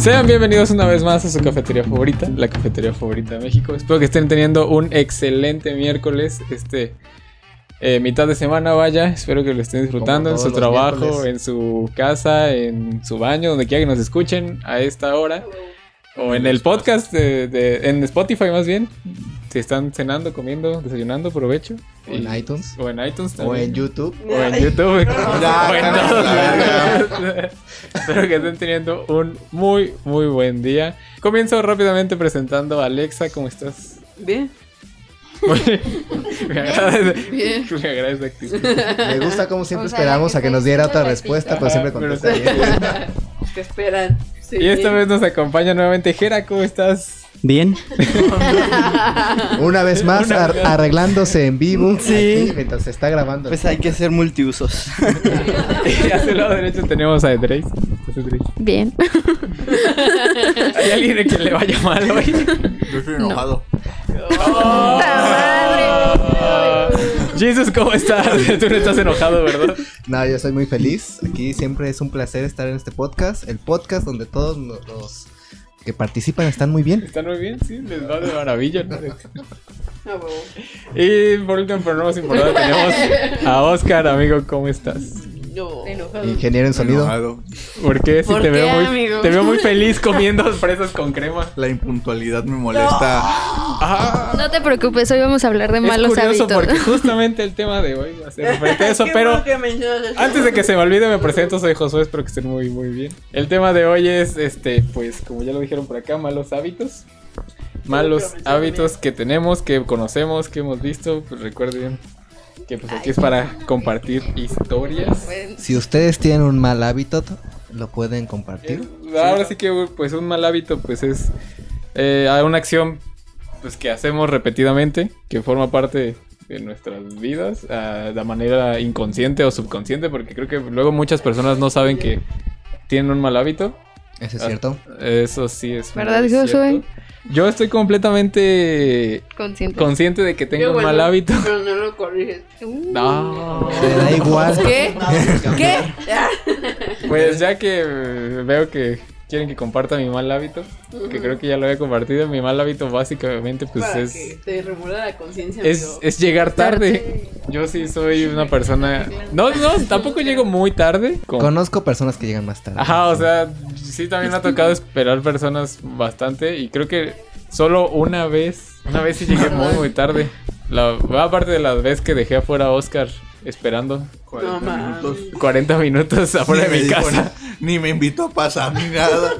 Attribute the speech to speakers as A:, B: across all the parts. A: Sean bienvenidos una vez más a su cafetería favorita, la cafetería favorita de México. Espero que estén teniendo un excelente miércoles, este eh, mitad de semana vaya. Espero que lo estén disfrutando en
B: todos
A: su
B: los
A: trabajo,
B: miércoles.
A: en su casa, en su baño, donde quiera que nos escuchen a esta hora. O en el podcast, de, de- en Spotify más bien. Si están cenando, comiendo, desayunando, provecho.
B: O en
A: Y-
B: iTunes.
A: O en iTunes
B: O
A: también.
B: en YouTube.
A: O en YouTube.
B: Ya,
A: O en
B: ya,
A: todos
B: la
A: lados. Espero que estén teniendo un muy, muy buen día. Comienzo rápidamente presentando a Alexa. ¿Cómo estás?
C: Bien.
A: Me agrada,
C: Bien.
A: Me agrada esa actitud.
B: Me gusta como siempre
D: O sea,
B: esperamos
D: que
B: a que nos diera otra
D: coincida la
B: respuesta, pero
A: fecha.
B: siempre
A: Ajá, pero
B: contesta
A: está
B: bien.
C: Te esperan. Sí.
A: Y este esta vez nos acompaña nuevamente Jera. ¿Cómo estás?
E: Bien.
C: Ah,
B: Una vez más,
A: Una
B: ar-
A: vez.
B: arreglándose en vivo.
E: Sí.
B: aquí, mientras se está grabando.
E: Pues hay que hacer multiusos.
A: Y a su lado derecho tenemos a Edreis. ¿Estás, Edreis?
D: Bien.
A: ¿Hay alguien a quien le vaya mal hoy?
F: Yo estoy enojado.
A: ¡Oh! Jesus, ¿cómo estás? Tú no estás enojado, ¿verdad?
B: No, yo soy muy feliz. Aquí siempre es un placer estar en este podcast. El podcast donde todos no- los que participan están muy bien.
A: Están muy bien, sí, les va de maravilla. ¿no?
C: A huevo.
A: Y por último, pero no más importante, tenemos a Oscar, amigo, ¿cómo estás?
C: No. Enojado.
B: Ingeniero en sonido.
A: ah,
F: Enojado.
A: Porque si
C: ¿Por
A: te
C: qué,
A: veo muy
C: amigo?
A: te veo muy feliz comiendo fresas con crema.
F: La impuntualidad me molesta.
A: Ah,
D: No te preocupes, hoy vamos a hablar de
A: es
D: malos
A: curioso
D: hábitos.
A: porque justamente el tema de hoy va a ser referente a eso,
C: Qué
A: pero
C: bueno que mencionas.
A: Antes de que se me olvide, me presento, soy Josué, espero que estén muy, muy bien. El tema de hoy es, este, pues, como ya lo dijeron por acá, malos hábitos. Malos
C: Aprovechar
A: hábitos
C: bien.
A: que tenemos, que conocemos, que hemos visto. Pues recuerden que pues aquí es para compartir historias.
B: Si ustedes tienen un mal hábito, lo pueden compartir.
A: Es- ahora sí que pues un mal hábito pues es eh, una acción pues que hacemos repetidamente que forma parte de nuestras vidas ah, de manera inconsciente o subconsciente porque creo que luego muchas personas no saben que tienen un mal hábito
B: Eso es
A: Ah.
B: cierto.
A: eso sí es muy
D: ¿Verdad, Josué?
A: cierto. yo estoy completamente
D: Consciente.
A: consciente de que tengo
C: Yo,
A: un
C: bueno,
A: mal hábito
C: Pero no lo corriges.
D: Uh,
A: no
B: Te da igual.
C: ¿Qué? ¿Qué?
A: Pues ya que eh, veo que quieren que comparta mi mal hábito, que creo que ya lo había compartido, mi mal hábito básicamente pues
C: Ah, Para que
A: es,
C: te remueva la conciencia.
A: es
C: amigo.
A: es llegar tarde. Yo sí soy una persona... No, no, tampoco llego muy tarde. con-
B: Conozco personas que llegan más tarde.
A: Ajá, o sea, sí también me ha tocado esperar personas bastante y creo que solo una vez, una vez sí llegué muy muy tarde. La aparte de las veces que dejé afuera a Oscar esperando
F: 40
C: No, mames.
F: minutos.
A: 40 minutos afuera
F: Ni
A: de
F: me
A: mi
F: dijo
A: casa.
F: na- Ni me invitó a pasar ni nada.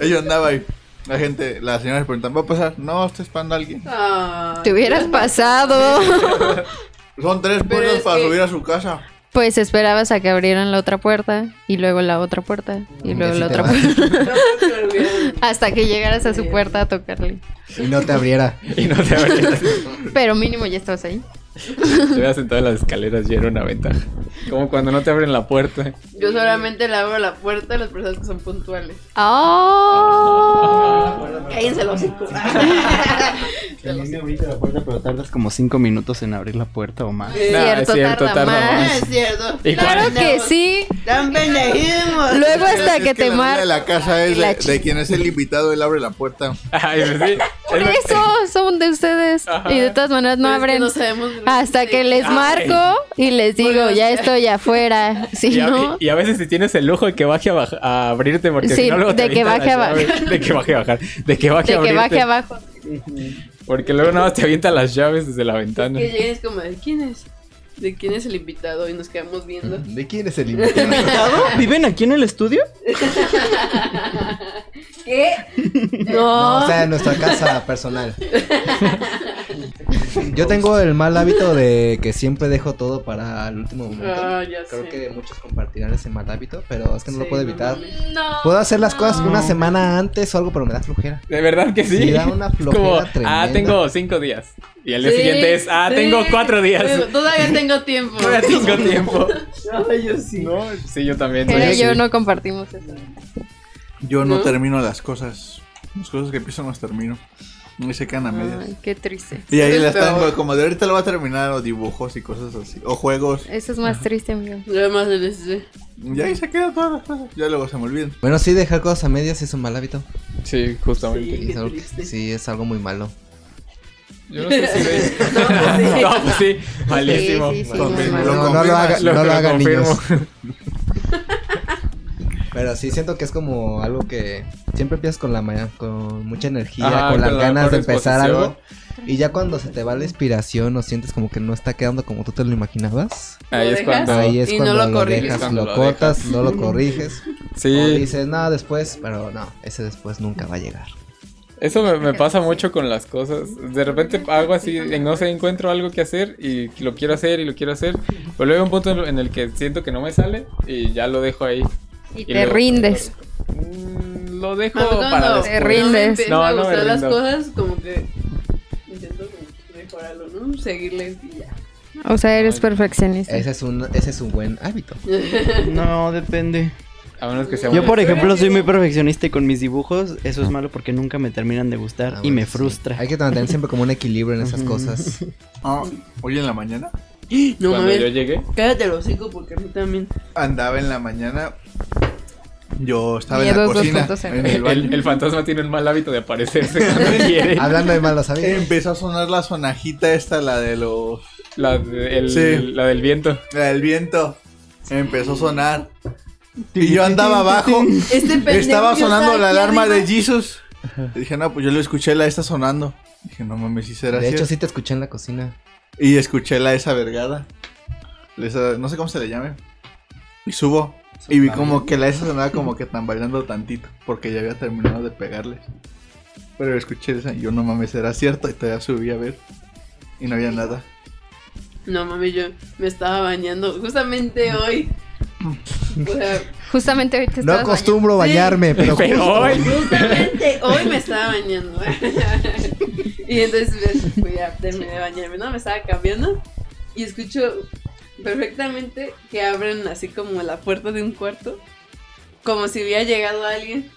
F: Yo andaba ahí. La gente, las señoras preguntan, ¿va a pasar? No, está esperando a alguien.
C: Ah,
D: Te hubieras pasado.
F: Son tres puertas
C: es
F: para
C: que-
F: subir a su casa.
D: Pues esperabas a que abrieran la otra puerta y luego la otra puerta y luego
B: si
D: la
B: te
D: otra
B: vas.
D: puerta.
C: no creo que lo hubiera-
D: Hasta que llegaras a su puerta a tocarle.
B: Y no te abriera.
A: Y no te abrí.
D: Pero mínimo ya estabas ahí.
A: Te había sentado en las escaleras y era una ventaja. Como cuando no te abren la puerta.
C: Yo solamente le abro la puerta a las personas que son puntuales.
D: ¡Oh!
C: Cállense
A: Ah,
C: los hijos. Ah,
E: la puerta, pero tardas como cinco minutos en abrir la puerta o más.
C: Eh,
A: Nah, es
D: cierto,
A: cierto,
D: tarda
A: tarda
D: más.
C: es cierto.
A: Y
D: Claro
A: cuando-
D: que sí.
C: Tan pendejismos.
D: Luego hasta
F: Es
D: que te
F: la regla de
D: marcan.
F: la casa es
D: la
F: de,
D: chi-
F: de quien es el invitado, él abre la puerta.
A: Ay, pues sí.
D: Por
A: Es lo-
D: eso son de ustedes.
A: Ajá.
D: Y de todas maneras no
C: Pero es que
D: abren.
C: no sabemos-
D: Hasta que les
A: Ay.
D: marco y les digo,
C: Porque-
D: ya estoy afuera. Si
A: Y a,
D: no,
A: y a veces si tienes el lujo de que baje a, baj- a abrirte porque
D: Sí,
A: si no luego te
D: de que
A: avienta
D: baje
A: la
D: a
A: llave. de que baje a bajar, de que baje
D: de
A: a
D: que
A: abrirte,
D: baje abajo.
A: porque luego nada más te avienta las llaves desde la ventana.
C: Que lleguen es como, ¿de quién es? ¿De quién es el invitado? Y nos quedamos viendo.
B: ¿De quién es el invitado?
E: ¿Viven aquí en el estudio?
C: ¿Qué?
B: No,
C: No.
B: o sea, en nuestra casa personal. Yo tengo el mal hábito de que siempre dejo todo para el último momento.
C: Ah, ya
B: Creo
C: sé.
B: que muchos compartirán ese mal hábito, pero es que no
C: Sí,
B: lo puedo evitar.
C: mames.
D: No.
B: Puedo hacer las cosas una semana antes o algo, pero me da flojera.
A: De verdad que sí.
B: Sí, da una
A: Es como,
B: flojera
A: ah,
B: tremenda".
A: tengo cinco días. Y al día
C: Sí,
A: siguiente es, ah,
C: sí.
A: tengo cuatro días.
C: Pero todavía tengo tiempo.
A: Todavía tengo tiempo.
C: Ay, yo sí.
A: No, sí, yo también.
D: Pero
A: soy
D: yo
A: así.
D: no compartimos eso.
F: Yo no,
C: ¿No?
F: termino las cosas. Las cosas que empiezo no las termino. Y se quedan a medias.
D: Ay, qué triste.
F: Y ahí las
C: Pero-
F: tengo, como de ahorita lo va a terminar, o dibujos y cosas así, o juegos.
D: Eso es más triste, amigo.
C: Nada más el este.
F: Y ahí se quedan todas las cosas. Ya luego se me olvidan.
B: Bueno, sí, dejar cosas a medias es un mal hábito.
A: Sí, justamente.
C: Sí.
B: Es algo que-
C: triste.
B: sí, es algo muy malo.
A: Yo no sé si ve-
C: No, pues sí.
A: no, pues sí, malísimo.
D: Sí, sí, sí,
A: Confirmo.
D: muy
B: No,
D: malo.
B: no,
F: confirmas,
B: lo haga-
A: Lo-
B: no lo
A: lo
B: hagan
A: confirmo.
B: niños. Pero sí, siento que es como algo que siempre empiezas con la ma- con mucha energía,
A: Ajá,
B: con las
A: con la
B: ganas de
A: mejor
B: empezar
A: disposición.
B: algo. Y ya cuando se te va la inspiración o sientes como que no está quedando como tú te lo imaginabas,
A: Ahí
C: ¿Lo
A: es
C: dejas?
A: cuando.
B: ahí es
C: Y no
B: cuando
C: lo
B: lo,
C: corriges.
B: dejas,
A: Cuando
B: lo,
A: lo
B: cortas, no lo corriges. O
A: Sí,
B: dices, no, después, pero no, ese después nunca va a llegar.
A: eso me, me pasa mucho con las cosas. De repente hago así, en- no sé, encuentro algo que hacer y lo quiero hacer y lo quiero hacer. Pero luego hay un punto en- en el que siento que no me sale y ya lo dejo ahí.
D: Y
A: Y
D: te
A: luego-
D: rindes.
A: Mm, Lo
C: A mí
A: dejo
C: cuando
A: para
D: te
A: después.
D: rindes.
C: No, me empiezan
A: No,
C: a
A: no me
C: gustar las
A: rindo.
C: cosas como que intento como mejorarlo, ¿no? Seguirle y ya.
D: O sea, eres perfeccionista.
B: Ese es un, ese es un buen hábito.
E: No, depende.
A: A menos que sea
E: Yo,
A: un-
E: por ejemplo, soy muy perfeccionista y con mis dibujos eso es malo porque nunca me terminan de gustar
B: Ah,
E: y
B: bueno,
E: me
B: sí.
E: frustra.
B: Hay que mantener siempre como un equilibrio en esas
E: Ujú.
B: cosas.
F: Ah, hoy en la mañana
C: No
A: cuando yo
C: mames.
A: llegué.
C: Cállate el hocico porque a mí también.
F: andaba en la mañana. Yo estaba
D: Miedos
F: en
D: 2.0.
F: la cocina, en el
A: El,
F: baño.
A: el fantasma tiene un mal hábito de aparecerse cuando quiere.
B: Hablando de malos hábitos.
F: Empezó a sonar la sonajita esta, la de los
A: La, de- el-
F: Sí.
A: la del viento.
F: la del viento. Empezó a sonar. Y yo andaba abajo.
C: Este pendejo
F: Estaba
C: que
F: sonando
C: está
F: la
C: aquí
F: alarma
C: arriba.
F: de Jesus. Dije, no, pues yo lo escuché, la está sonando. Dije, no mames, si será
B: De hecho,
F: cierto.
B: sí te escuché en la cocina.
F: Y escuché la esa vergada. La esa- no sé cómo se le llame. Y subo. Y vi como que la esa sonaba como que tambaleando tantito. Porque ya había terminado de pegarle. Pero escuché esa y yo no mames, será cierto. Y todavía subí a ver. Y no había nada.
C: No mami, yo me estaba bañando justamente hoy. O sea,
D: Justamente hoy te
B: No
D: estabas bañando.
B: acostumbro bañarme, pero,
A: Pero
B: justo-
A: hoy.
C: justamente hoy me estaba bañando. ¿eh? y entonces pues, fui a terminé de bañarme, ¿no? Me estaba cambiando y escucho perfectamente que abren así como la puerta de un cuarto, como si hubiera llegado alguien.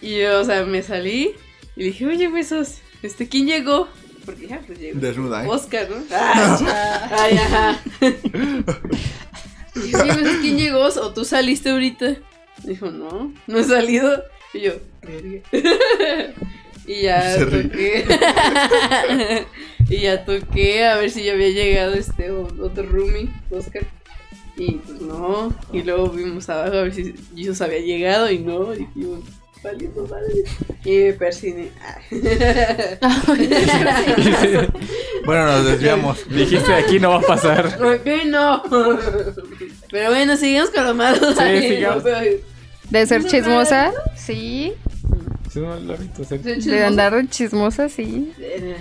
C: Y yo, o sea, me salí y dije, oye, huesos, este, ¿quién llegó? Porque ya, pues llegó.
F: Desnuda, ¿eh?
C: Oscar, ¿no? Ay, ajá. Y yo, "Oye, pues, ¿quién llegó? ¿O tú saliste ahorita? Dijo, no, no he salido. Y yo, "Verga". Y ya
F: Se ríe.
C: toqué. y ya toqué a ver si ya había llegado este o- otro roomie, Oscar. Y pues no. Y luego vimos abajo a ver si Jesus había llegado y no. Y dijimos, valiendo madre. Y me persiné. Ah.
F: Bueno, nos desviamos.
A: Dijiste aquí no va a pasar.
C: Ok, no. Pero bueno, sigamos con lo malo. Ay,
A: sigamos.
C: no, pero-
D: De ser chismosa, sí.
A: Es un mal hábito ser-
C: soy
D: De
C: chismosa.
D: andar chismosa, sí.
C: Eh,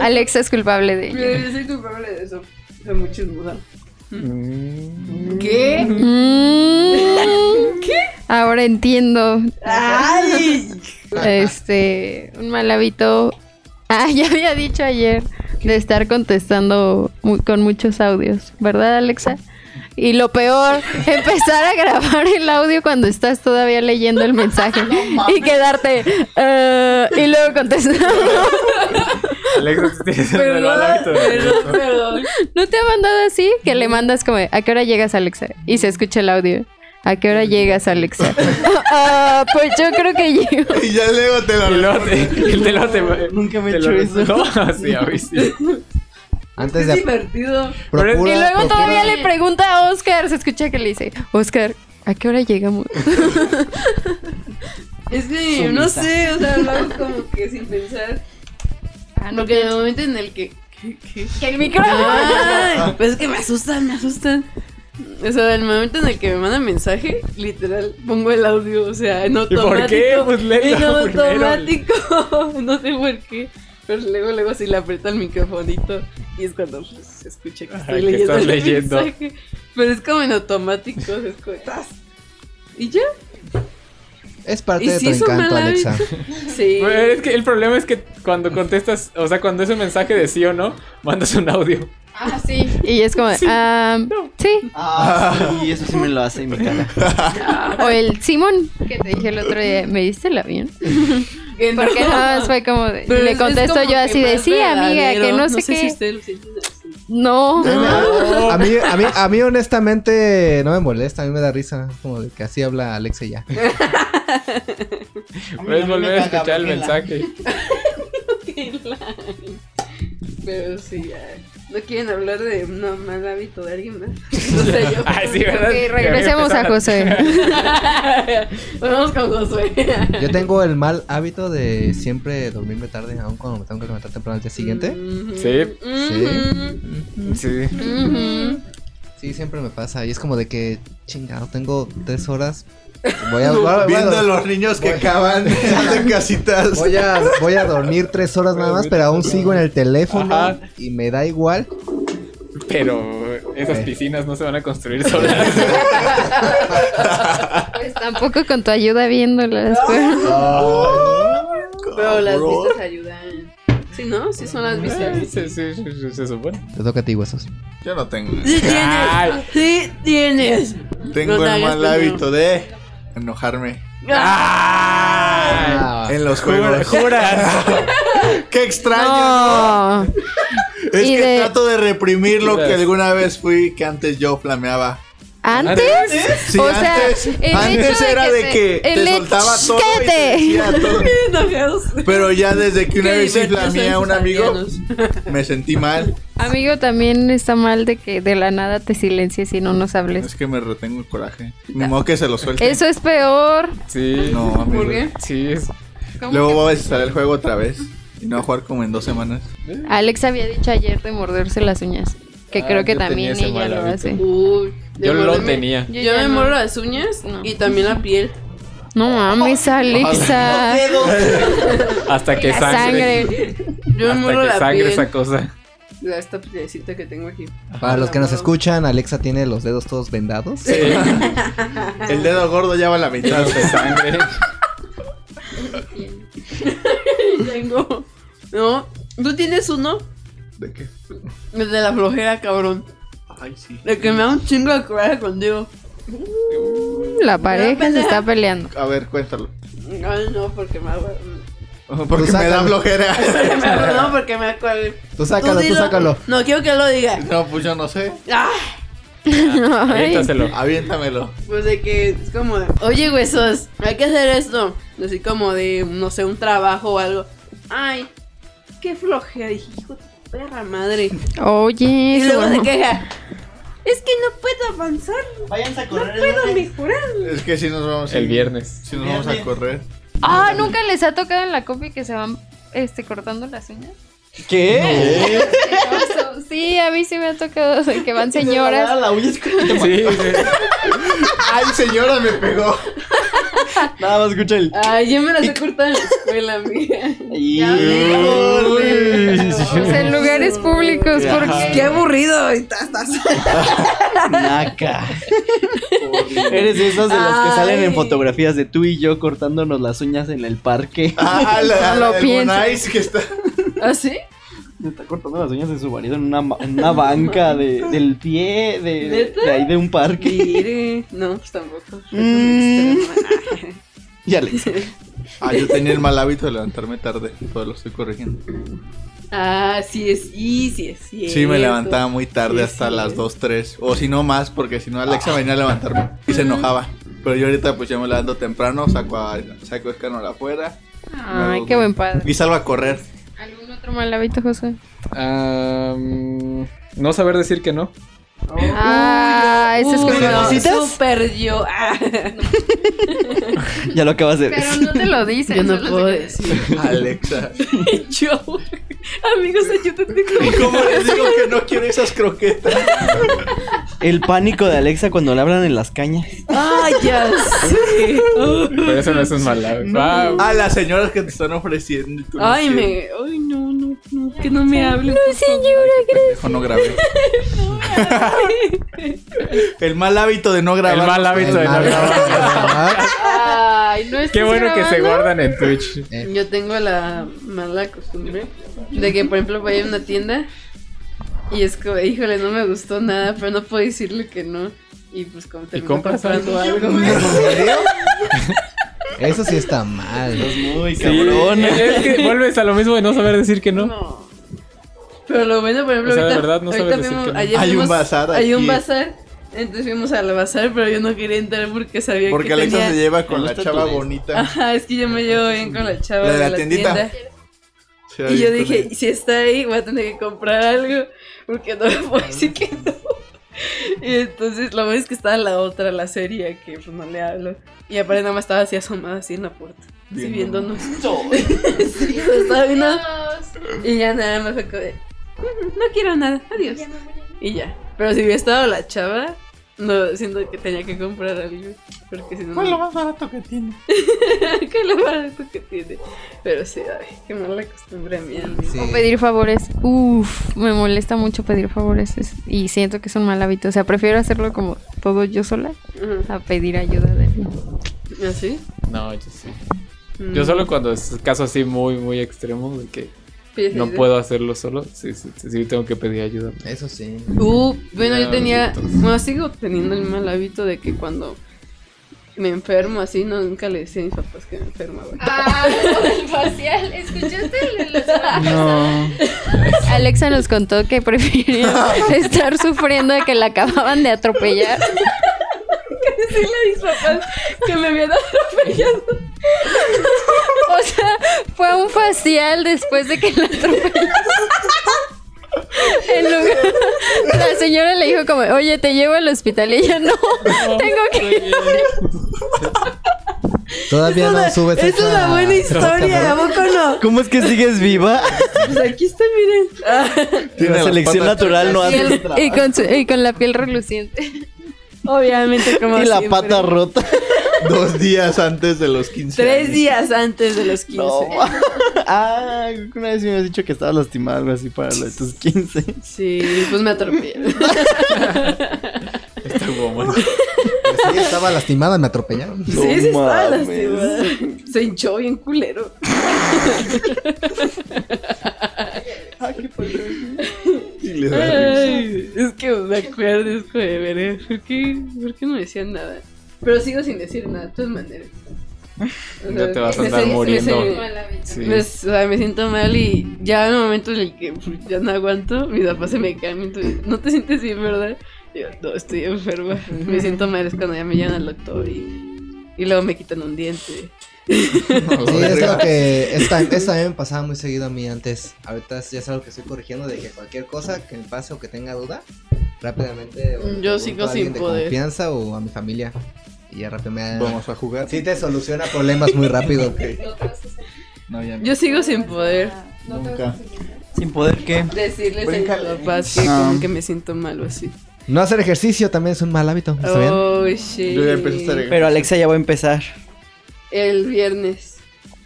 D: Alexa es culpable de ello.
C: Yo soy culpable de eso. Soy muy chismosa.
A: Mm.
C: ¿Qué?
D: Mm. Ahora entiendo.
C: ¡Ay!
D: Este, un mal hábito. Ah, ya había dicho ayer de estar contestando mu- con muchos audios, ¿verdad, Alexa? Y lo peor, empezar a grabar el audio cuando estás todavía leyendo el mensaje y quedarte "Ah", y luego contestar.
A: Alexa, tienes un mal
C: Perdón,
A: hábito.
C: perdón, perdón.
D: ¿No te ha mandado así? Que le mandas como, ¿a qué hora llegas, Alexa? Y se escucha el audio. ¿A qué hora llegas, Alexa? Ah, pues yo creo que llego.
F: Y ya luego te lo
A: Y luego
F: respondo.
A: te- y te lo- te-
E: Nunca me
A: eh, te
E: he
A: lo-
E: hecho eso.
A: No, sí, a mí sí.
B: antes
C: Es
B: de
C: divertido.
A: Pero-
D: Y
B: procura-
D: luego
B: procura-
D: todavía le pregunta a Oscar, se escucha que le dice, Oscar, ¿a qué hora llegamos?
C: Es que
E: Sumisa.
C: no sé, o sea, lo hago como que sin pensar. Porque en el momento en el que. ¿Qué? qué?
D: Ah, Que el micrófono.
C: Ay, pues es que me asustan, me asustan. O sea, el momento en el que me mandan mensaje, literal, pongo el audio, o sea, en
A: ¿Y
C: automático.
A: por qué? Pues léelo
C: En
A: primero.
C: automático. No sé por qué. Pero luego, luego sí le aprieto el microfonito y es cuando pues, se escucha que
A: Ajá,
C: estoy
A: que
C: leyendo
A: estás
C: el
A: leyendo.
C: mensaje. Pero es como en automático, es como ¡tas! ¿Y ya?
B: Es parte
C: ¿Y
B: de
C: si
B: tu
C: es un
B: encanto,
C: mal hábito?
B: Alexa.
C: Sí.
A: Bueno, es que el problema es que cuando contestas, o sea, cuando es un mensaje de sí o no, mandas un audio.
D: Ah, sí. Y es como, ah, sí.
E: Y eso sí me lo hace y me caga.
C: Ah.
D: O el Simón, que te dije el otro día, ¿me diste el avión?
C: que no.
D: Porque no, fue como de-
C: Pero es-
D: le
C: es
D: contesto
C: como
D: yo
C: que
D: así de
C: más
D: sí, amiga, que
C: verdadero.
D: no sé
C: sé
D: qué.
C: si ustedes lo sienten así.
D: No.
A: Ah.
B: A mí, a, mí, a mí honestamente no me molesta, a mí me da risa, como de que así habla Alexa y ya.
A: Puedes volver a escuchar el mensaje.
C: Pero sí, ay, no quieren hablar de no mal hábito de alguien más. No sé yo.
A: Ay, Ah, sí, ¿verdad?
D: Ok, regresemos a José.
C: Vamos con Josué.
B: Yo tengo el mal hábito de siempre dormirme tarde, aun cuando me tengo que levantar temprano al día siguiente.
C: Mhm.
A: Sí.
C: Mhm.
A: Sí.
C: Mhm.
B: Sí, siempre me pasa, y es como de que, chingado, tengo tres horas. Voy a, voy a- voy a-
F: Viendo a los niños que acaban en casitas.
B: Voy a, voy a dormir tres horas nada más, pero aún sigo en el teléfono
A: Ajá.
B: y me da igual.
A: Pero esas
B: Ok.
A: piscinas no se van a construir solas.
D: Pues tampoco con tu ayuda viéndolas. pues.
C: Pero las vistas ayudan. Sí, ¿no? Sí son las
A: Sí,
C: vistas.
A: sí, sí, sí, se supone.
B: Te toca a ti, huesos.
F: Yo no tengo.
C: Sí
A: Ay.
C: tienes. Sí tienes.
F: Tengo
C: No te
F: el
C: hagas
F: mal
C: pendejo.
F: hábito de enojarme
C: Ah,
A: ¡Ay!
B: Ah,
F: en los
A: Jura-
F: juegos.
A: juras.
F: ¡Qué extraño!
D: No.
F: Es
D: Y
F: que
D: de-
F: trato de reprimir lo que
A: Juras.
F: alguna vez fui que antes yo flameaba.
D: ¿Antes?
F: Sí,
D: O sea,
F: antes,
D: el
F: antes
D: hecho de
F: era
D: que
F: de
D: te-
F: que te,
D: el hecho-
F: soltaba todo y te
D: ¡Cállate!
F: decía todo.
C: Enojados.
F: Pero ya desde que una
C: Qué
F: vez sí
C: divertidos
F: flameé a
C: son
F: un
C: sus
F: amigo,
C: aldeanos.
F: me sentí mal.
D: Amigo, también está mal de que de la nada te silencies y no nos hables.
F: Es que me retengo el coraje. Ni modo que se lo suelte.
D: Eso es peor.
A: Sí.
F: No, amigo.
C: ¿Por qué?
A: Sí, es.
F: Luego voy a instalar el juego otra vez. Y no a jugar como en dos semanas.
D: Alex había dicho ayer de morderse las uñas. Que
A: Ah,
D: creo que
A: yo tenía
D: también
A: ese
D: ella
A: mal
D: lo
A: hábito.
D: hace.
C: Uy, de
A: Yo lo
C: morderme-
A: tenía.
C: Yo,
D: Yo ya
C: me
D: no.
C: muero las uñas
D: No.
C: y también la piel.
D: No mames,
A: Ah,
D: ah, Alexa.
A: Hasta que
D: La
A: sangre.
C: Yo me muero
A: Hasta que
C: la
A: sangre
C: piel.
A: esa cosa.
C: La- Esta pielcita que tengo aquí.
B: Para los que nos escuchan, Alexa tiene los dedos todos vendados.
A: Sí.
F: El dedo gordo ya va a la mitad.
A: Llenos de sangre.
C: tengo. No, tú tienes uno.
F: ¿De qué?
C: El de la flojera, cabrón.
F: Ay, sí.
C: El que me da un chingo de coraje contigo.
D: La pareja se está peleando.
F: A ver, cuéntalo.
C: Ay, no, porque me hago.
F: Porque
B: Tú
F: me da
B: sácalo.
F: flojera.
C: No, porque me da coraje.
B: Tú sácalo, tú
C: dilo.
B: sácalo.
C: No, quiero que lo diga.
F: No, pues yo no sé.
C: Ah,
A: Ah, Aviéntaselo.
F: Aviéntamelo.
C: pues de que es como de, oye, huesos, hay que hacer esto. Así como de, no sé, un trabajo o algo. Ay, qué flojera. Dije, hijo de perra madre.
D: Oye,
C: Y
D: eso
C: luego se
D: no.
C: queja. Es que no puedo avanzar,
E: Vayan a
C: no puedo mejorar.
F: Es que si nos vamos.
A: El viernes.
F: Si nos vamos a correr.
D: Ah, nunca les ha tocado en la copia que se van este cortando las uñas.
E: ¿Qué?
D: Asqueroso. Sí, a mí sí me ha tocado de que van señoras.
E: La uña es como-
A: Sí, sí.
F: ¡Ay, señora, me pegó!
E: Nada más escucha el.
C: Ay, yo me las he cortado en la escuela, amiga.
E: Ya
D: O sea, en lugares públicos,
E: Ajá.
D: porque
C: Qué aburrido. y tas, tas.
E: Naca. Eres de esas de las que salen
C: Ay.
E: en fotografías de tú y yo cortándonos las uñas en el parque.
F: Ah, la,
D: No lo
F: el
D: pienso.
F: Bonais que está.
C: ¿Ah, sí?
E: Me está cortando las uñas de su marido en una, ma- en una banca de, del pie, de, de, de ahí de un parque.
C: Mire, no, pues tampoco. Eso es
E: Mm.
C: extremo.
E: Y Alex.
F: Ah, yo tenía el mal hábito de levantarme tarde. Todo lo estoy corrigiendo.
C: Ah, sí es, y sí es cierto.
F: Sí, me levantaba muy tarde
C: Sí,
F: hasta
C: sí.
F: las 2, 3. O si no más, porque si no, Alexa venía a levantarme y se enojaba. Pero yo ahorita, pues ya me levanto temprano, saco a, saco a Escanola afuera
D: Ay, qué buen padre.
F: y salgo a correr.
D: ¿Algún otro mal hábito, José?
A: Ah, mm, no saber decir que no.
D: Ah, eso es como.
C: Uy, no,
E: ¿Necesitas?
C: Súper yo. Ah.
E: Ya lo acabas de
D: Pero
E: decir.
D: no te lo dicen.
C: Yo no
D: solo
C: puedo
D: se queda.
C: decir.
F: Alexa.
C: Yo. Amigos, ayúdate
F: ¿Y cómo les digo que no quiero esas croquetas?
E: El pánico de Alexa cuando le hablan en las cañas.
C: Ah, ya sé.
A: Pero eso no es un mal hábito. Ah,
F: A las señoras que te están ofreciendo. y tú no
C: Ay,
F: quieres.
C: me. Ay, no, no, no. Que no me hablen. por favor.
F: Ay, qué pendejo, no grabé. el mal hábito de no grabar.
A: el mal hábito de no
B: Mal
A: grabar.
B: hábito de grabar.
D: Ay, no es
A: Qué bueno que se guardan en Twitch.
C: Yo tengo la mala costumbre de que, por ejemplo, voy a una tienda y es como, híjole, no me gustó nada, pero no puedo decirle que no. Y pues como termino
A: compras
C: comprando algo.
B: ¿En serio? Eso sí está mal.
E: Estás muy
A: Sí,
E: cabrón.
A: es que vuelves a lo mismo de no saber decir que no.
C: No. Pero lo bueno, por ejemplo,
A: O sea, de
C: ahorita,
A: verdad no
C: ahorita
A: sabes decir
C: fuimos-
A: que no.
C: ayer
F: Hay un
C: fuimos-
F: bazar
C: Hay un
F: aquí.
C: bazar. Entonces fuimos al bazar, pero yo no quería entrar porque sabía
F: Porque
C: que
F: Alexa
C: tenía...
F: se lleva con
E: Me
F: la
E: gusta
F: chava
E: tu-
F: bonita.
C: Ajá, es que yo me llevo bien con la chava
F: La
C: de
F: de
C: la,
F: la tiendita.
C: tienda.
F: Sí,
C: Y yo
F: ahí con
C: dije,
F: el-
C: si está ahí, voy a tener que comprar algo, porque no me puedo decir que no. Y entonces lo bueno es que estaba la otra, la serie, que pues no le hablo. Y aparte nada más estaba así asomada, así en la puerta, así
F: Viendo.
C: viéndonos. Sí, o sea, estaba viendo- Y ya nada más fue como de, "Mm, no quiero nada, adiós. Y ya. Pero si hubiera estado la chava, no, siento que tenía que comprar algo, porque si no...
F: ¿Cuál es lo
C: no-
F: más barato que tiene?
C: ¿Qué es lo barato que tiene? Pero sí, ay, qué mala costumbre mía. amigo.
B: Sí.
D: O pedir favores. Uf, me molesta mucho pedir favores es- y siento que es un mal hábito. O sea, prefiero hacerlo como todo yo sola
C: Ajá. ¿Ah,
D: a pedir ayuda de alguien.
C: ¿Así?
A: No, yo sí.
C: Mm.
A: Yo solo cuando es caso así muy, muy extremo de que
C: Pides
A: no
C: ayuda.
A: puedo hacerlo solo, sí, sí, sí, sí tengo que pedir ayuda.
B: Eso sí.
C: Uh, bueno, yo
A: Ya,
C: tenía.
A: besitos.
C: Bueno, sigo teniendo el mal hábito de que cuando me enfermo así, no, nunca le decía a mis papás que me enfermaba.
G: Ah, el facial. ¿Escuchaste el de la semana pasada?
D: Alexa nos contó que prefería estar sufriendo de que la acababan de atropellar.
C: Decirle a mis papás que me habían atropellado.
D: O sea, fue a un facial después de que la atropellaron. En lugar- la señora le dijo como, oye, te llevo al hospital. Y ella, no, tengo que ir a
B: Todavía no subes
C: es
B: esa-
C: una buena historia, ¿a poco no?
E: ¿Cómo es que sigues viva?
C: Pues aquí está, miren. Ah,
E: La selección natural no hace el
D: piel y
E: trabajo.
D: con, su- y con la piel reluciente.
C: obviamente, como
E: Y la
C: siempre.
E: pata rota.
F: Dos días antes de los 15.
C: Tres
F: años.
C: días antes de los 15.
E: No. Ah, una vez me habías dicho que estabas lastimada algo así para lo de tus 15.
C: Sí, pues me atropellé.
A: Esta woman.
B: Pues sí, estaba lastimada, me atropellaron.
C: Sí,
E: No
C: sí, estaba
E: mames.
C: lastimada. Se hinchó bien culero.
F: Y le da risa.
C: Ay, es que me acuerdo, es como de ver, ¿eh? ¿por qué, por qué no decían nada? Pero sigo sin decir nada, de todas maneras. O
A: Ya te vas a
C: me
A: andar
C: sé- me
A: muriendo.
C: sé-
G: Mal hábito.
A: Sí.
C: me- o sea, me siento mal y ya en el momento en el que pf, ya no aguanto, mis papás se me caen. entonces, No te sientes bien, ¿verdad? Y Yo, no, estoy enferma. Me siento mal, es cuando ya me llevan al doctor y, y luego me quitan un diente.
B: Sí, es lo que. es tam- Eso también me pasaba muy seguido a mí antes. Ahorita es- ya es algo que estoy corrigiendo de que cualquier cosa que me pase o que tenga duda, rápidamente. o le
C: Yo
B: pregunto
C: sigo
B: a alguien
C: sin
B: de
C: poder.
B: confianza o a mi familia. Y ya rápidamente. me
F: Vamos a jugar.
B: Sí, te soluciona problemas muy rápido.
G: No te vas a hacer-
F: No, ya no.
C: Yo sigo sin poder
G: No te vas a
F: Nunca.
G: hacer nada.
E: Sin poder qué.
C: decirles a
F: Bríncale.
C: mis papás que
E: Ah.
C: como que me siento mal o así.
B: No hacer ejercicio también es un mal hábito. ¿Está bien?
C: Oh, shit.
F: Yo ya empecé a hacer ejercicio.
E: Pero Alexa ya va a empezar.
C: El viernes.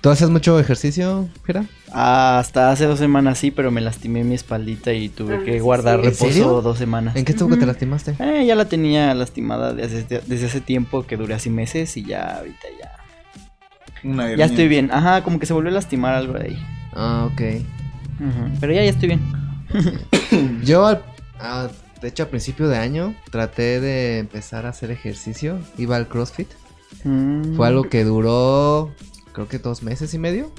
B: ¿Tú haces mucho ejercicio, Jera?
E: Hasta hace dos semanas sí, pero me lastimé mi espaldita y tuve que guardar
B: Ah, ¿En serio?
E: reposo dos semanas.
B: ¿En qué estuvo que te lastimaste?
E: Eh, ya la tenía lastimada desde, desde hace tiempo que duré así meses y ya ahorita ya.
F: Una
E: Ya
F: hernia.
E: estoy bien. Ajá, como que se volvió a lastimar algo de ahí.
B: Ah, ok.
E: Ujú, Pero ya, ya estoy bien.
B: Yo, al- ah, de hecho, a principio de año traté de empezar a hacer ejercicio. Iba al CrossFit.
E: Mm.
B: Fue algo que duró, creo que dos meses y medio.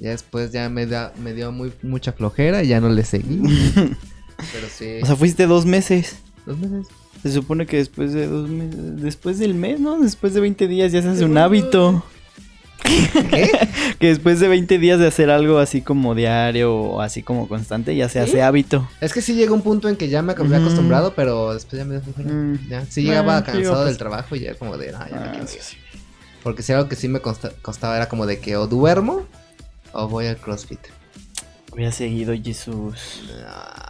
B: Ya después ya me, da- me dio muy, mucha flojera y ya no le seguí. Pero sí.
E: O sea, fuiste dos meses.
B: dos meses.
E: Se supone que después de dos meses. Después del mes, ¿no? Después de 20 días ya se hace un hábito. que después de 20 días de hacer algo así como diario o así como constante, ya se hace hábito.
B: Es que sí llegó un punto en que ya me había
E: Ujú.
B: acostumbrado, pero después ya me dio flojera.
E: Mm.
B: Ya, sí llegaba
E: Ah, sí,
B: cansado
E: pues.
B: del trabajo y ya como de, "Ah, ya me
E: Ah,
B: quiero
E: sí,
B: ir". Porque si algo que sí me consta- costaba era como de que o duermo o voy al CrossFit.
E: Hubiera seguido Jesús.
C: Ah.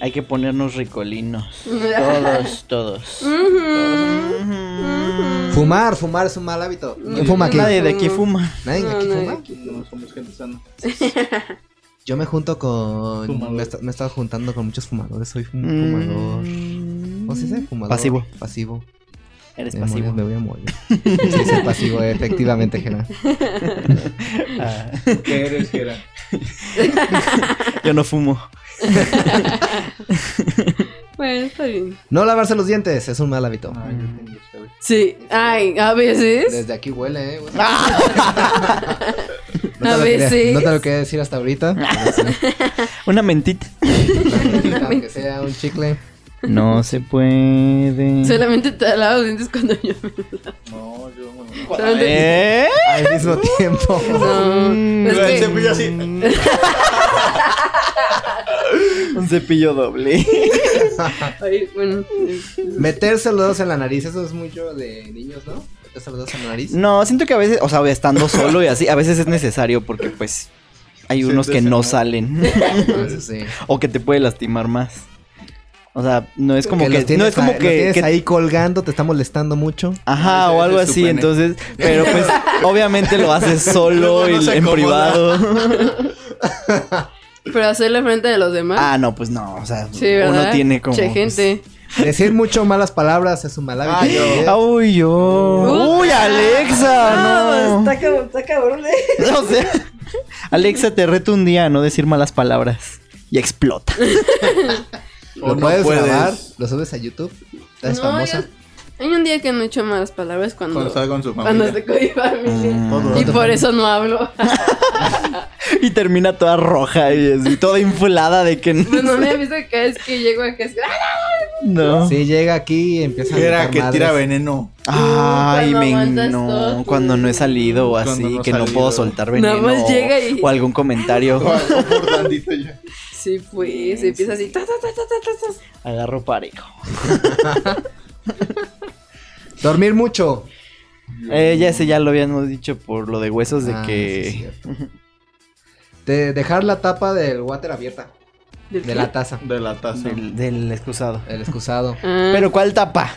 E: Hay que ponernos ricolinos.
C: Mm.
E: Todos, todos. Todos.
B: Fumar, fumar es un mal hábito. ¿Quién
E: Mm.
B: fuma aquí?
E: Nadie de aquí fuma.
B: ¿Nadie
C: No,
B: aquí
C: nadie
B: fuma?
C: aquí.
F: No somos gente sana.
B: Yo me junto con.
F: Fumador.
B: Me, he esta- me he estado juntando con muchos fumadores. Soy un fumador.
E: Mm.
B: ¿Cómo se dice? Fumador.
E: Pasivo.
B: Pasivo.
E: Eres
B: Me
E: pasivo.
B: morí, Me voy a morir. sí, soy pasivo, efectivamente, Jena.
E: Ah,
F: ¿Qué eres, Jera?
E: yo no fumo.
C: Bueno, está bien.
B: No lavarse los dientes es un mal hábito.
F: Ah, yo tengo, ¿sabes?
C: Sí, ay, a veces.
B: Desde aquí huele, eh. güey. No te
C: Ah. a
B: lo quería-
C: veces.
B: No te lo quería decir hasta ahorita. pero sí.
E: Una mentita.
B: Aunque sea un chicle.
E: No se puede.
C: Solamente te lavo los dientes cuando yo me
F: No, yo bueno.
C: Solamente.
E: ¿Eh?
B: Al mismo tiempo.
C: No, es que-
E: Un cepillo doble.
C: ay, bueno.
B: Meterse los dedos en la nariz, eso es mucho de niños, ¿no? Meterse los dedos en la nariz.
E: No, siento que a veces, o sea, estando solo y así, a veces es necesario porque pues hay
F: Sí,
E: unos que
F: entonces,
E: no
F: ¿no?
E: salen Mm.
B: Eso sí.
E: o que te puede lastimar más. O sea, no es como
B: los
E: que, no
B: tienes
E: es como
B: ahí- los
E: que,
B: tienes
E: que-
B: ahí colgando, te está molestando mucho.
F: Ese-
E: ajá o
F: ese
E: algo
F: es su
E: así,
F: pene.
E: entonces, pero pues obviamente lo haces solo
F: Luego no
E: y
F: se
E: en
F: acomoda.
E: privado.
C: Pero hacerle frente de los demás.
E: Ah, no, pues no, o sea,
C: sí, ¿verdad?
E: uno tiene como
C: Che,
E: pues,
C: gente.
B: Decir mucho malas palabras es un mal hábito.
F: Ay,
B: ¿eh?
E: Ah, Uy, yo. Uy, Alexa, no.
C: Uh. Ah, Está cabrón, está cabrón, eh.
E: O sea, Alexa, te reto un día a no decir malas palabras. Y explota.
B: Lo
F: O no
B: puedes,
F: puedes.
B: grabar, lo subes a YouTube. Estás
C: No,
B: famosa.
C: yo- Hay un día que no he hecho malas palabras cuando.
F: Cuando estaba con su
C: Cuando
F: familia.
C: estoy con mi familia.
E: Mm.
F: Todo.
C: Y por eso no hablo.
E: Y termina toda roja y así, toda inflada de que
C: Pues no
E: no.
C: me han visto que cada vez que llego acá es.
E: no.
B: Sí, llega aquí y empieza a
F: Que era
B: mentar
F: que tira
B: madres.
F: veneno.
E: Ay,
C: Cuando
E: me
C: aguantas
E: no.
C: todo.
E: Cuando no he salido o
F: Cuando
E: así,
F: no he
E: que no
F: salido.
E: puedo soltar veneno.
C: Nada más
E: o-
C: llega y-
E: O algún comentario.
C: Sí, pues. Y empieza así. ta, ta, ta, ta, ta, ta, ta.
E: Agarro parejo.
B: Dormir mucho.
E: Eh, ya ese ya lo habíamos dicho por lo de huesos de
B: Ah, sí, es
E: que.
B: cierto. De dejar la tapa del water abierta. De la taza.
F: De la taza.
E: del, del excusado.
B: El excusado.
C: Ah,
E: Pero ¿cuál tapa?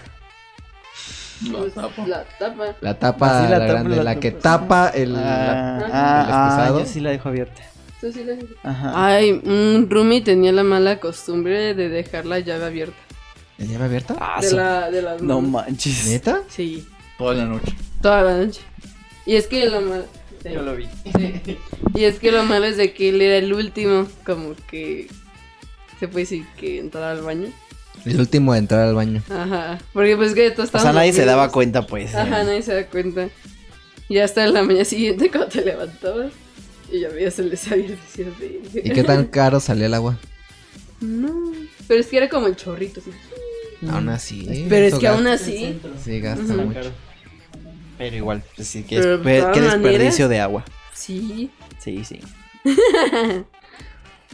F: La
C: pues,
F: tapa.
C: La tapa.
B: La tapa,
E: Así
B: la,
E: la tapa,
B: grande,
E: la
B: la,
E: tapa,
B: que
E: sí.
B: tapa el.
E: Ah,
B: la-
E: ah,
B: el
E: ah,
B: excusado.
E: yo sí la dejo abierta.
C: Tú sí la-
E: Ajá.
C: Ay, un roomie tenía la mala costumbre de dejar la llave abierta.
B: ¿La llave abierta?
E: Ah,
C: De
E: su-
C: la, de las
E: No
C: manos.
E: manches.
B: ¿Neta?
C: Sí,
F: Toda la noche.
C: toda la noche. Y es que lo malo.
E: Yo lo vi.
C: Y es que lo malo es de que él era el último, como que se puede decir que entraba al baño.
B: El último de entrar al baño.
C: Ajá. Porque pues que todos
E: O sea,
C: estábamos
E: nadie se
C: dormidos.
E: daba cuenta, pues.
C: Ajá, nadie se da cuenta. Y hasta en la mañana siguiente cuando te levantabas y ya veías el desabierto así de-
B: ¿Y qué tan caro salía el agua?
C: No. Pero es que era como el chorrito. así.
B: Aún así.
C: Pero es
B: eso
C: que
B: gasta-
C: aún así.
B: Sí, gasta
C: Ujú.
B: mucho.
E: Pero igual, pues, sí, que,
C: Pero de
E: despe-
C: todas
E: que
C: maneras-
E: desperdicio de agua.
C: Sí.
E: Sí, sí.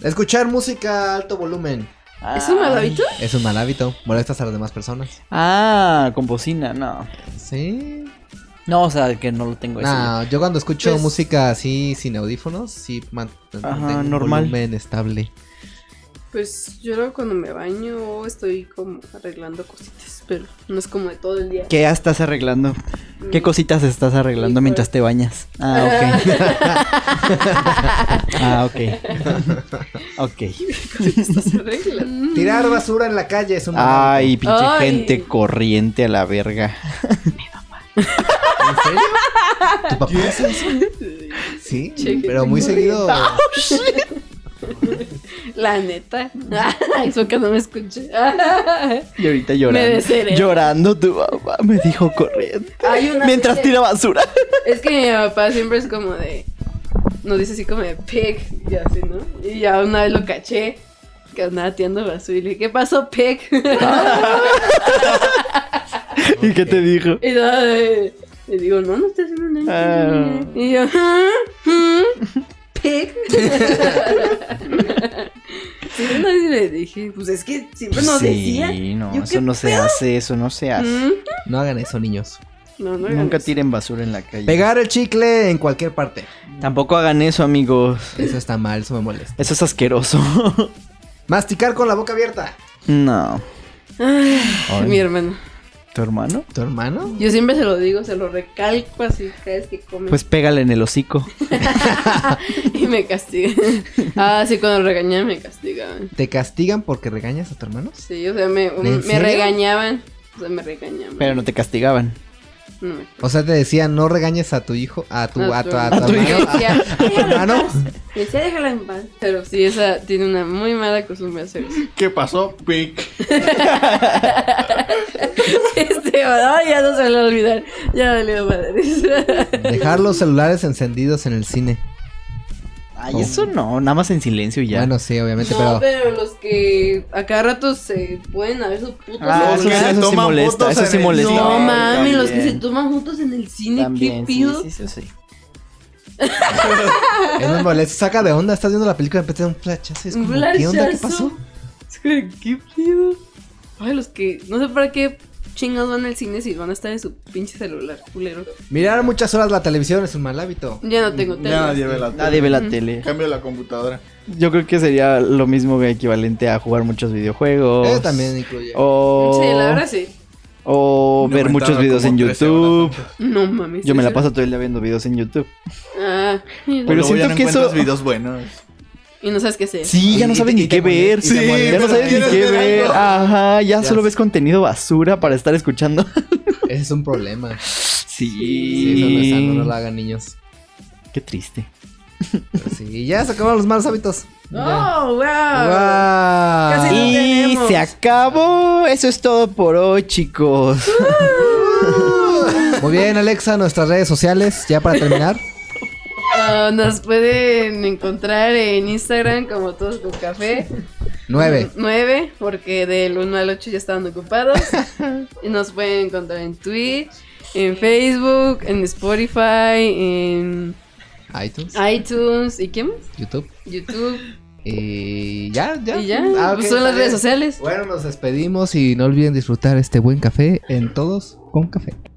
B: Escuchar música a alto volumen.
C: ¿Es un mal hábito?
B: Es un mal hábito. Molestas a las demás personas.
E: Ah, con bocina, no.
B: Sí.
E: No, o sea, que no lo tengo ese.
B: No, yo cuando escucho
C: Pues-
B: música así sin audífonos, sí man-
E: Ajá,
B: mantengo un
E: normal.
B: volumen estable.
C: Pues yo luego cuando me baño estoy como arreglando cositas, pero no es como de todo el día.
E: ¿Qué estás arreglando? ¿Qué
C: Mm.
E: cositas estás arreglando
C: Híjole.
E: mientras te bañas? Ah, ok. ah, ok. ok.
C: Estas arreglas.
B: Tirar basura en la calle es un mal
E: Ay, pinche
C: Ay.
E: gente corriente a la verga.
B: hábito. ¿En serio? ¿Tu papá? Sí,
C: Cheque,
B: pero muy
C: tengo
B: seguido.
C: La neta. Eso que no me escuché.
E: Y ahorita llorando.
C: Me desheredé.
E: llorando tu papá me dijo corriente.
C: Hay una
E: Mientras
C: serie-
E: tira basura.
C: Es que mi papá siempre es como de. Nos dice así como de pig y así, ¿no? Y ya una vez lo caché. Que andaba tirando basura y le dije, ¿qué pasó, pig?
E: ¿Y qué te dijo?
C: y nada de- le digo, no, no estás haciendo nada.
E: Ah.
C: Y yo, ¿ah? ¿ah? ¿Pig? sí, una vez le dije, pues es que siempre nos
E: sí,
C: decía.
E: no,
C: Yo,
E: eso
C: ¿qué
E: no se hace, eso no se hace.
C: Mm,
B: No hagan eso, niños.
C: No, no,
E: Nunca
C: ganas.
E: tiren basura en la calle.
B: Pegar el chicle en cualquier parte.
E: Tampoco hagan eso, amigos.
B: Eso está mal, eso me molesta.
E: Eso es asqueroso.
B: Masticar con la boca abierta.
E: no. Ay,
C: Mi hermano.
E: ¿Tu hermano?
B: ¿Tu hermano?
C: Yo siempre se lo digo, se lo recalco así cada vez que come.
E: Pues pégale en el hocico.
C: y me castiga. ah, sí, cuando regañaban me castigaban.
B: ¿Te castigan porque regañas a tu hermano?
C: Sí, o sea, me,
B: ¿En
C: me
B: serio?
C: regañaban. O sea, me regañaban.
E: Pero no te castigaban.
C: No me-
B: O sea, te decía, no regañes a tu hijo, a tu, a tu, a tu,
C: A
E: tu
B: hermano,
E: hijo.
B: a- a tu hermano.
C: Y decía, déjala en paz. Pero sí, esa tiene una muy mala costumbre hacer eso.
F: ¿Qué pasó? Pic.
C: Este, ay, ya no se lo va a olvidar. Ya valió madres.
B: Dejar los celulares encendidos en el cine.
E: Ay, eso no, nada más en silencio y ya.
B: Bueno, sí, obviamente, pero...
C: No, pero los que a cada rato se pueden a ver sus putos
E: Ah,
F: Los
E: eso,
F: que
E: sí-
C: celulares.
F: se
E: eso sí
F: toman
E: molesta,
F: fotos
E: eso
F: en
E: sí
F: el-
E: molesta.
C: No
F: No,
C: mames, los que se
E: también.
C: toman juntos en el cine,
E: También,
C: qué
E: sí,
C: pido.
E: sí, eso sí.
B: Es muy molesto, saca de onda, estás viendo la película y empieza un flachazo. y Es
C: Un
B: como, ¿qué onda? ¿Qué
C: flashazo.
B: pasó?
C: Es que, qué pido. Ay, los que no sé para qué chingados van al cine si van a estar en su pinche celular, culero.
B: Mirar muchas horas la televisión es un mal hábito.
C: Ya no tengo tele.
F: Ya nadie ve la tele.
E: Nadie ve la tele.
F: Cambio la computadora.
E: Yo creo que sería lo mismo que equivalente a jugar muchos videojuegos.
B: Eso Eh, también incluye.
E: Oh. O,
C: Sí, la verdad sí.
E: o ver
F: Aumentaba
E: muchos videos
F: como
E: en
F: 13 horas
E: YouTube.
F: antes.
C: No mames.
E: Yo me la
C: ¿sí?
E: paso todo el día viendo videos en YouTube.
C: Ah, y-
E: Pero
F: Pero siento
E: siento
F: no
E: que eso-
F: encuentras videos buenos.
C: y no sabes qué hacer.
E: Sí, ya no
B: Y-
E: sabes
B: y
E: ni
B: te
E: qué
B: molesta-
E: ver.
B: y te
F: Sí,
E: Ya
B: molesta.
E: no sabes ni
F: Quieres
E: qué
F: ver
E: ver.
F: algo.
E: Ajá, ya
B: Ya
E: solo
B: sé.
E: ves contenido basura para estar escuchando.
B: Ese es un problema. Sí, eso no es sano, no
E: Sí.
B: lo hagan, niños.
E: Qué triste.
B: Pero sí, y ya se acabaron los malos hábitos.
C: Oh, wow.
B: Guau.
C: Casi no
E: Y
C: tenemos.
E: se acabó. Eso es todo por hoy, chicos.
B: Muy bien, Alexa, nuestras redes sociales, ya para terminar.
C: Ah, nos pueden encontrar en Instagram como todos con café.
B: Nueve.
C: 9, porque del 1 al 8 ya estaban ocupados. y nos pueden encontrar en Twitch, en Facebook, en Spotify, en
B: iTunes,
C: iTunes y ¿qué más?
B: YouTube.
C: YouTube.
B: Y ya, ya.
C: Y ya,
B: Ah, ok,
C: pues son
B: está
C: las redes
B: bien.
C: sociales.
B: Bueno, nos despedimos y no olviden disfrutar este buen café en todos con café.